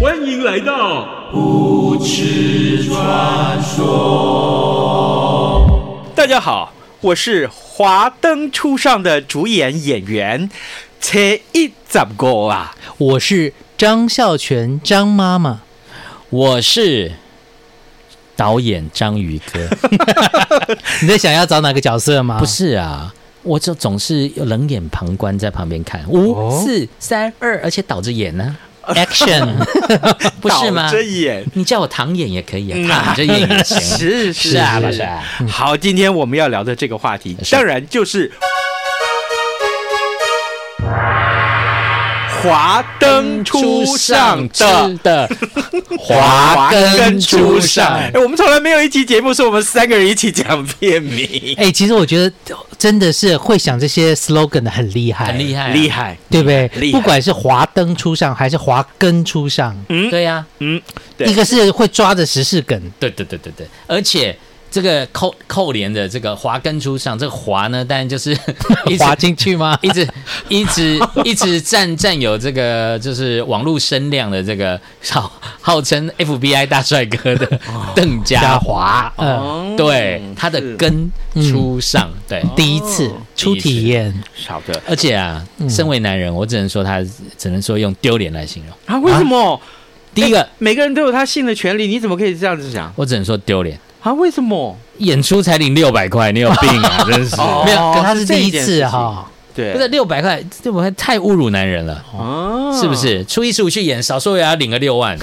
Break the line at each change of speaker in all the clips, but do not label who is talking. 欢迎来到
大家好，我是《华灯初上》的主演演员才一怎过啊？
我是张孝全张妈妈，
我是导演章鱼哥，
你在想要找哪个角色吗？
不，是 啊。我就总是冷眼旁观，在旁边看五、四、三、二，而且倒着啊演 呢、
Action！
不是吗
倒？着演。
你叫我躺眼也可以啊，躺着演 也行。
是
是啊，不是啊。
好，今天我们要聊的这个话题，
是
当然就是《华灯初上》的。
的华灯初上，
哎，我们从来没有一期节目是我们三个人一起讲片名，
哎、其实我觉得真的是会想这些 slogan 的很厉害，
很厉
害，
害啊，
厉害。
对不对
厉？害
不管是华灯初上还是华根初上，
嗯，
对呀，
嗯，对
一个是会抓着时事梗，
对对对对对，而且。这个扣扣连的这个华根初上，这个华呢，当然就是 一直
滑进去吗？
一直一直一直占占有这个就是网络声量的这个号号称 FBI 大帅哥的邓家华，呃
嗯、
哦
对他的
是
根初上，对，
第一次
哦
初体验，
好的
而且啊，身为男人，我只能说他只能说用丢脸来形容。
啊？为什么？
第一个
哎，每个人都有他性的权利，你怎么可以这样子想
我只能说丢脸，
啊？为什么？
演出才领六百块，你有病 啊！真是
哦
没有，可他
是
是
这
第
一
一
件
次
事
哈、
对，
不是六百块，六百块太侮辱男人了，
啊，
是不？是？初一十五去演，少说也要领个 六万，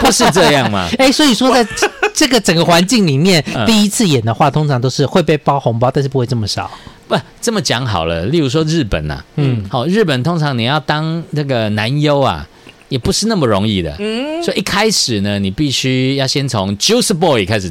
不是这样吗？
哎、所以说在这这个整个环境里面
嗯，
第一次演的话，通常都是会被包红包，但是不会这么少。
不，这么讲好了。例如说日本呐、嗯
嗯，
好、日本通常你要当那个男优啊，也不是那么容易的。
嗯，
所以一开始呢，你必须要先从 Juice Boy 开始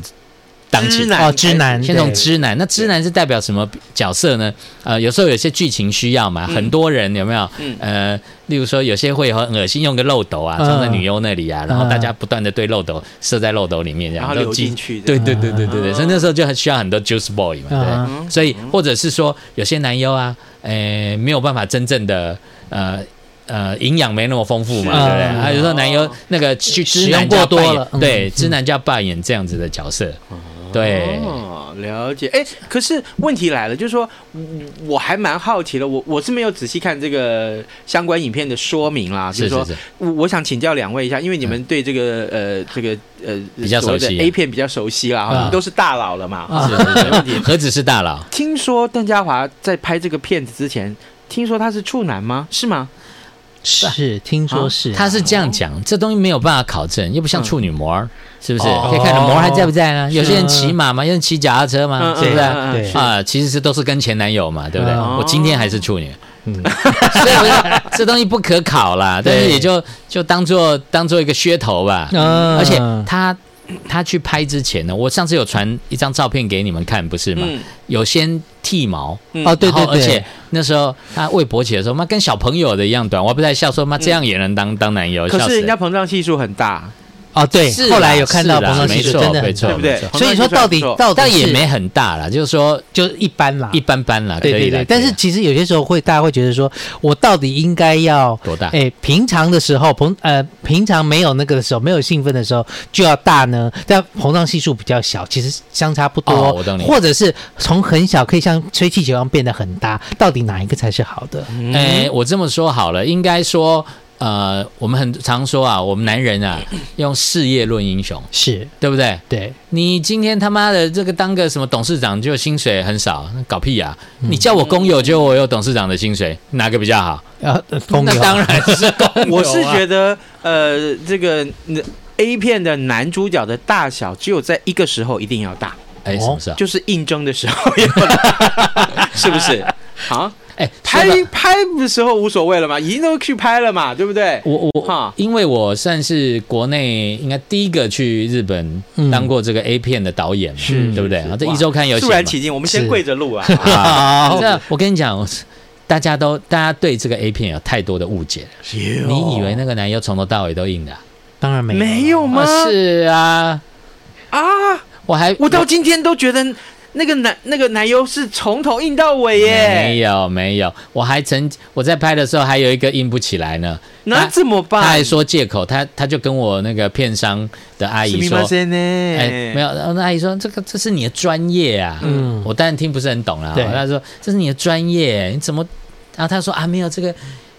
当起
知，难
哦，知男，
先从
对
知男。那知男是代表什么角色呢？呃，有时候有些剧情需要嘛，很多人有没有？
嗯
呃，例如说有些会很恶心，用个漏斗啊，
嗯
装在女优那里啊，然后
嗯
大家不断的对漏斗射在漏斗里面，这样
然后
都
流
进
进去的
对对对对对对，
嗯
所以那时候就很需要很多 Juice Boy 嘛，对不对。
嗯
所以或者是说有些男优啊，诶、没有办法真正的呃。呃，营养没那么丰富嘛，
是
对不对？
嗯
还有时候男优那个去
使
直男
用
就要
过
扮
多
演
了嗯
对，
嗯
直男就要扮演这样子的角色，对，
哦，了解。哎，可是问题来了，就是说，嗯我还蛮好奇的，我我是没有仔细看这个相关影片的说明啦，就是是
是
说，
是，嗯
我我想请教两位一下，因为你们对这个呃这个呃
比较熟悉啊
所谓的 A 片比较熟悉啦，哈
啊
你们都是大佬了嘛。
啊
是是是，何止是大佬，
听说邓家华在拍这个片子之前，听说他是处男吗？是吗？
是，听说是、
啊他是这样讲，这东西没有办法考证，又不像
嗯
处女膜儿，是不是？
哦
可以看看膜儿还在不在啊？有些人骑马嘛，有人骑脚踏车嘛，是不是？
嗯嗯嗯
对
啊，其实是都是跟前男友嘛，对不对？
哦
我今天还是处女，
嗯
所以我说这东西不可考啦，但是也就就当做当做一个噱头吧。
嗯
而且他他去拍之前呢，我上次有传一张照片给你们看，不是吗？
嗯
有先剃毛，
嗯
哦，对
然后
对对，
而且那时候他喂勃起的时候，妈跟小朋友的一样短，我还不在笑说妈这样也能当、当男友，
可
笑
是
死
人家膨胀系数很大，
哦对
是，啦
后来有看到
是啦
彭总
没
系数
错
真的
没
很
错
重
对不对
没错
所以说到底
彭总系数很重
到底
但
是
也没很大啦，就是说
就一般啦，
一般般啦，
对
可以
对对，
啦
但是
可以啦
其实有些时候会大家会觉得说，我到底应该要
多大
哎，平常的时候，彭呃，平常没有那个的时候，没有兴奋的时候，就要大呢。但膨胀系数比较小，其实相差不多。
哦我懂你
或者是从很小可以像吹气
嗯
嗯
球一样变得很大，到底哪一个才是好的？
哎、我这么说好了，应该说，呃，我们很常说啊，我们男人 啊，用事业论英雄，
是
对不对？
对，
你今天他妈的这个当个什么董事长就薪水很少，那搞屁啊！
嗯
你叫我工友，就我有董事长的薪水，哪个比较好？
啊，公
那
牛
当然是工 友啊、
我是觉得，呃，这个嗯 A 片的男主角的大小，只有在一个时候一定要大，
哎，什么事啊？
就是应征的时候要大， 是不是？啊，
哎，
拍
说到
拍的时候无所谓了嘛，已经都去拍了嘛，对不对？
我我
哈
因为我算是国内应该第一个去日本当过这个 A 片的导演嘛，
嗯是
对不对？
是
然后这一周刊有写
肃
嘛
然起敬，我们先
是
跪着录啊。
啊，这我跟你讲，我是大家都大家对这个 A 片有太多的误解了。你以为那个男优从头到尾都硬的啊、
当然没有
没有吗？
啊是啊，
啊，
我还
我到今天都觉得那个男那个男优是从头硬到尾耶，
没有没有，我还曾我在拍的时候还有一个硬不起来呢。
那怎么
他
办
还？说借口，他他就跟我那个片商的阿姨说，
谁呢？
哎，没有，然后那阿姨说这个这是你的专业啊，嗯
嗯，
我当然听不是很懂啦。
对
她说这是你的专业，你怎么？然后她说啊，没有这个。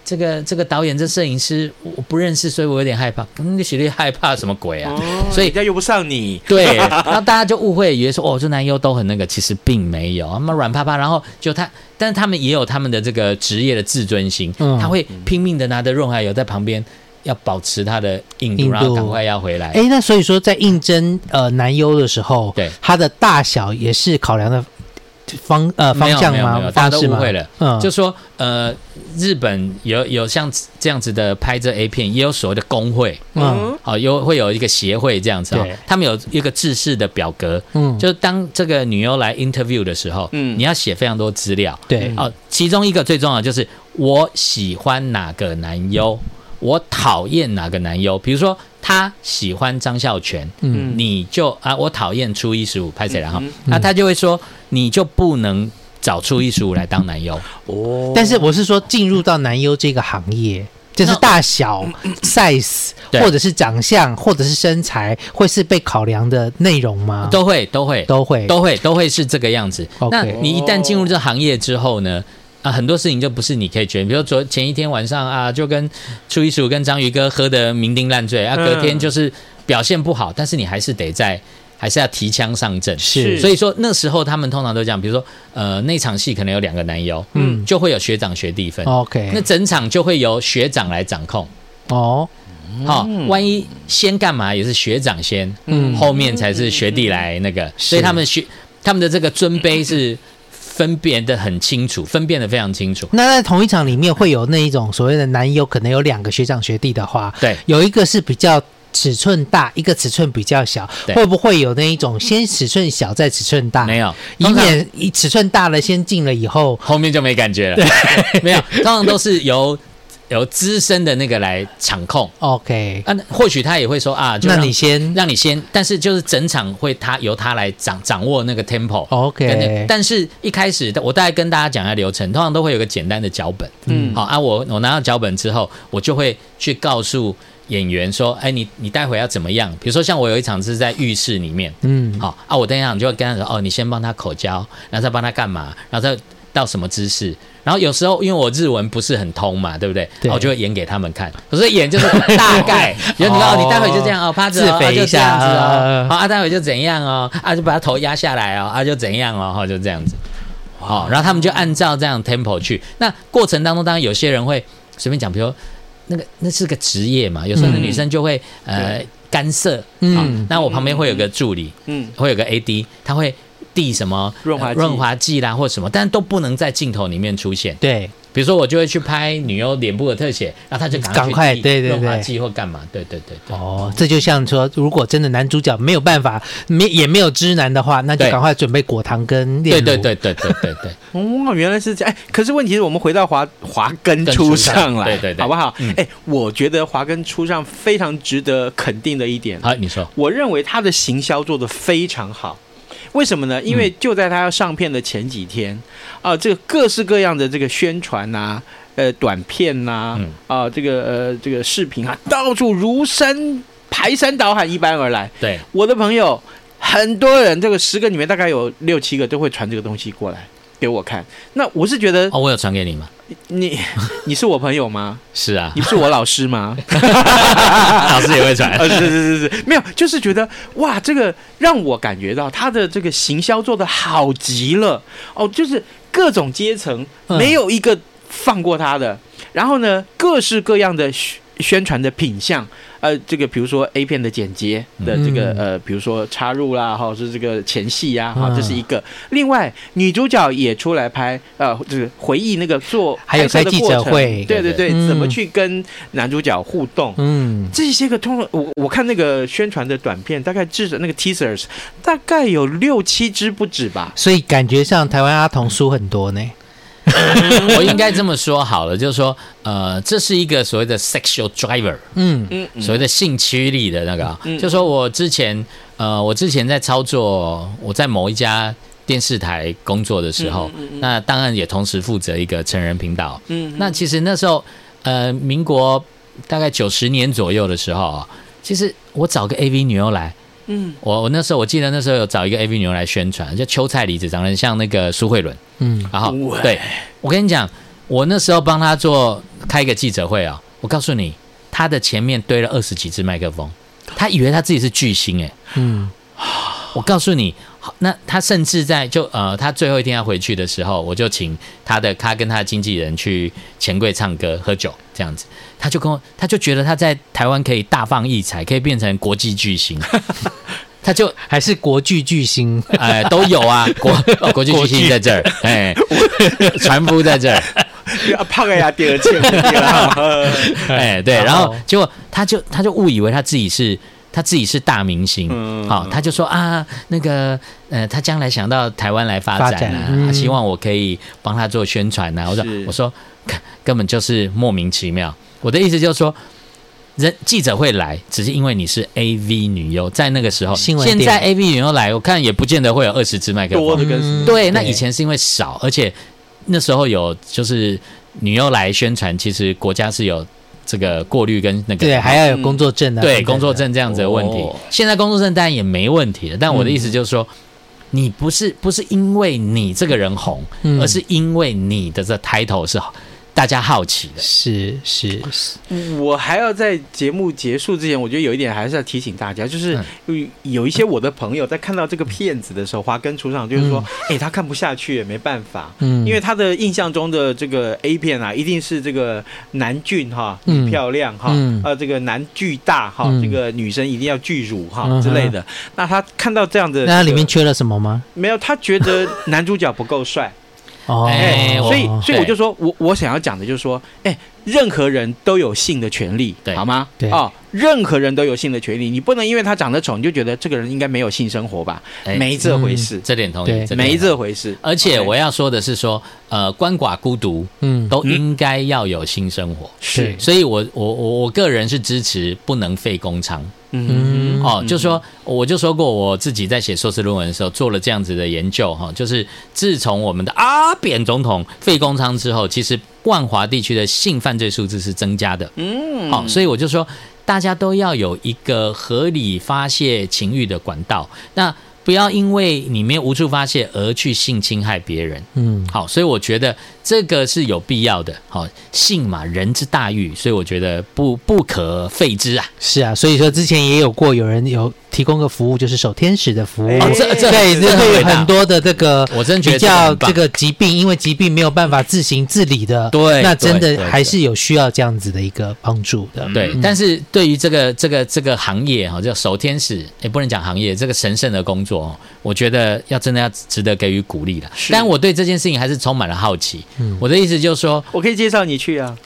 这个这个导演这摄影师我我不认识，所以我有点害怕。嗯，你写的害怕什么鬼啊？
哦，
所以
人家用不上你。
对，然后大家就误会，以为说哦，这男优都很那个，其实并没有，他们软趴趴。然后就他，但是他们也有他们的这个职业的自尊心，
嗯
他会拼命的拿着润滑油在旁边，要保持他的硬度，
硬度
然后赶快要回来。
哎，那所以说，在应征呃男优的时候，
对
他的大小也是考量的方呃方
没有
向
没有没
吗？
有大家都
方式
误
吗
会了。
嗯，
就说呃，日本有有像这样子的拍这 A 片，也有所谓的工会，
嗯
嗯，
好、有会有一个协会这样子啊、
对
他们有一个制式的表格，
嗯，
就是当这个女优来 interview 的时候，
嗯
你要写非常多资料，
对
哦，其中一个最重要的就是我喜欢哪个男优，
嗯
我讨厌哪个男优。比如说他喜欢张孝全，
嗯
你就啊，我讨厌初一十五拍谁了哈
嗯，
那、他就会说你就不能找初一十五来当男优。
哦
但是我是说，进入到男优这个行业，就是
那
大小、size，
对
或者是长相，或者是身材，会是被考量的内容吗？
都会都会
都会
都会都会是这个样子。
OK
那你一旦进入这行业之后呢？啊，很多事情就不是你可以决定，比如昨前一天晚上啊，就跟初一十五跟章鱼哥喝得酩酊烂醉，啊，
嗯
隔天就是表现不好，但是你还是得在，还是要提枪上阵。
是
所以说那时候他们通常都这样，比如说呃那场戏可能有两个男优，嗯，就会有学长学弟分，
哦
那
OK
整场就会由学长来掌控。
哦，
好、万一先干嘛也是学长先，
嗯
后面才是学弟来那个，所以他们学他们的这个尊卑是分辨的很清楚，分辨的非常清楚。
那在同一场里面会有那一种所谓的男优，可能有两个学长学弟的话，
对
有一个是比较。尺寸大，一个尺寸比较小，
对
会不会有那一种先尺寸小再尺寸大？
没有
以
通常
免以尺寸大了先进了以后，
后面就没感觉了， 没有，通常都是由由资深的那个来场控。
OK，
啊，那或许他也会说啊，就
那
让
你先
让你先，但是就是整场会他由他来掌掌握那个 tempo。
OK
跟那但是一开始我大概跟大家讲一下流程，通常都会有个简单的脚本。嗯，好啊，我我拿到脚本之后，我就会去告诉演员说，哎，你你待会要怎么样？比如说像我有一场是在浴室里面，
嗯，
好、啊，我等一下你就会跟他说，哦，你先帮他口交，然后再帮他干嘛，然后再到什么姿势。然后有时候因为我日文不是很通嘛，对不对？
对
啊我就会演给他们看，所以演就是大 概，比如你知道、
哦
你待会就这样哦，趴着、哦、
自
啊
肥
就
一
这
下
样子哦
呃，
好啊，待会就怎样哦，啊就把他头压下来哦，啊就怎样哦，哦就这样子。好、然后他们就按照这样的 tempo 去。那过程当中，当然有些人会随便讲，比如说那个那是个职业嘛，有时候那
嗯
女生就会、呃干涉，
嗯
好那我旁边会有个助理，
嗯，
会有个 AD，他会递什么
润滑
呃
剂
润滑剂啦或什么，但都不能在镜头里面出现。
对，
比如说我就会去拍女优脸部的特写，然后他就
赶快
去递
对对对
润滑剂或干嘛，对对对对。
哦，这就像说，如果真的男主角没有办法，没也没有知男的话，那就
对
赶快准备果糖跟炼
对
乳。
对对对对对对，
哇，原来是这样。哎，可是问题是我们回到华华根初上来，
对对对
好不好
嗯？
哎，我觉得华根初上非常值得肯定的一点，
好，你说，
我认为他的行销做得非常好。为什么呢？因为就在他要上片的前几天，啊、这个各式各样的这个宣传呐、呃，短片呐、啊
嗯，
这个呃，这个视频啊，到处如山排山倒海一般而来。
对，
我的朋友，很多人，这个十个里面大概有六七个都会传这个东西过来。给我看。那我是觉得
哦，我有传给你吗？
你 你是我朋友吗？
是啊
你，是我老师吗？
老师也 会传。
啊，是是是是，没有，就是觉得哇，这个让我感觉到他的这个行销做的好极了哦，就是各种阶层
嗯
没有一个放过他的，然后呢，各式各样的宣宣传的品相。呃，这个比如说 A 片的剪接的这个、
嗯
呃，比如说插入啦，哈，是这个前戏呀、哈，
嗯
这是一个。另外，女主角也出来拍，呃，这个回忆那个做
还有
拍摄的
开记
过
者
程
会
对对对，
嗯
怎么去跟男主角互动，
嗯，
这些个通常我我看那个宣传的短片，大概至少那个 teasers 大概有六七支不止吧。
所以感觉上台湾阿童输很多呢。
我应该这么说好了，就是说，呃，这是一个所谓的 sexual driver，
嗯
嗯，
所谓的性驱力的那个啊，
嗯
就说我之前，呃，我之前在操作，我在某一家电视台工作的时候，那当然也同时负责一个成人频道。
嗯
那其实那时候，呃，民国大概九十年左右的时候啊，其实我找个 AV 女优来，
嗯
我我那时候我记得那时候有找一个 AV 女优来宣传，就秋菜梨子长得很像那个苏慧伦。
嗯，
然后
喂
对我跟你讲，我那时候帮他做开一个记者会啊、我告诉你，他的前面堆了二十几支麦克风，他以为他自己是巨星哎、
嗯，
我告诉你，好那他甚至在就呃，他最后一天要回去的时候，我就请他的他跟他的经纪人去钱柜唱歌喝酒这样子，他就跟我他就觉得他在台湾可以大放异彩，可以变成国际巨星，他就
还是国剧巨星。
哎、都有啊，国、哦国际巨星在这儿，哎，船夫在这儿，
啊胖个呀，第二件，
哎，对，
然
然
后
后结果他就他就误以为他自己是他自己是大明星，好、
嗯
他就说啊，那个呃，他将来想到台湾来发
发
展
展
啊，
嗯
他希望我可以帮他做宣传啊。我说
是
我说根根本就是莫名其妙。我的意思就是说。人记者会来，只是因为你是 A V 女优，在那个时候，
新闻
现
点
在 A V 女优来，我看也不见得会有二十支麦克风，
多的跟
嗯
对，那以前是因为少，而且那时候有就是女优来宣传，其实国家是有这个过滤跟那个
对还要有工作证啊，
嗯对
等等的
工作，证这样子的问题。
哦
现在工作证当然也没问题了，但我的意思就是说，你不是不是因为你这个人红，
嗯
而是因为你的这 title 是大家好奇的。
是是是，
我还要在节目结束之前，我觉得有一点还是要提醒大家，就是有一些我的朋友在看到这个片子的时候，华根出场就是说，哎、他看不下去也没办法，
嗯，
因为他的印象中的这个 A 片啊，一定是这个男俊哈，
嗯
漂亮哈，
嗯
呃，这个男巨大哈，
嗯
这个女生一定要巨乳哈、
嗯哼
之类的。那他看到这样的、
那它里面
这
缺了什么吗？
个没有，他觉得男主角不够帅，
哦，
哎我
所以所以我
对
就说我我想要讲的就是说，哎，任何人都有性的权利，
对
好吗？
对
哦，任何人都有性的权利，你不能因为他长得丑，你就觉得这个人应该没有性生活吧？
哎
没这回事，
这点同意
对，
点
没
同意
这回事。
而且我
OK
要说的是说，呃，鳏寡孤独
嗯，
都应该要有性生活。
是
对，
所以我，我我我个人是支持不能废公娼
嗯
嗯
哦，就说我就说过我自己在写硕士论文的时候做了这样子的研究哈、就是自从我们的阿扁总统废公娼之后，其实万华地区的性犯罪数字是增加的，
嗯
好、所以我就说大家都要有一个合理发泄情欲的管道，那不要因为你没有无处发泄而去性侵害别人。
嗯，
好，所以我觉得这个是有必要的。好，性嘛，人之大欲，所以我觉得不不可废之啊。
是啊，所以说之前也有过有人有提供个服务，就是守天使的服务，
哎哦
这这
对，
这
这
很
对
伟
于
大
很多的这个，
我真觉
比
得这个
较
很棒
这个疾病，因为疾病没有办法自行自理的，
对
那真
对
的
对
还是有需要这样子的一个帮助的，
对，但是对于这个这个这个行业哈，叫守天使，也不能讲行业，这个神圣的工作哦，我觉得要真的要值得给予鼓励的。但我对这件事情还是充满了好奇。我的意思就是说，
我可以介绍你去啊。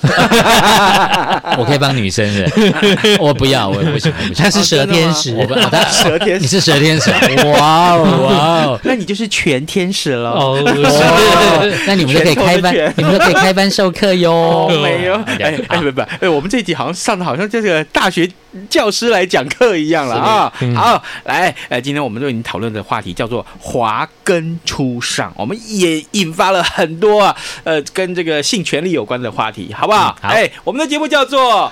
我可以帮女生 的，我不要，我我不行，我不行
他是蛇天使，
我不，哦他
蛇天
你
使，
是蛇天使啊，哇哦哇哦。
那你就是全天使了。
哦，
哦，那你们就可以开班
全球的全，
你们就可以 开班授课哟
哦，。没有，哎
哎
哎，不不，哎，我们这一集好像上的好像这个大学教师来讲课一样了啊。好，来，呃，今天我们为你讨论的话题叫做华根初上，我们也引发了很多啊，呃，跟这个性权利有关的话题，好不好？
嗯好
哎，我们的节目叫做。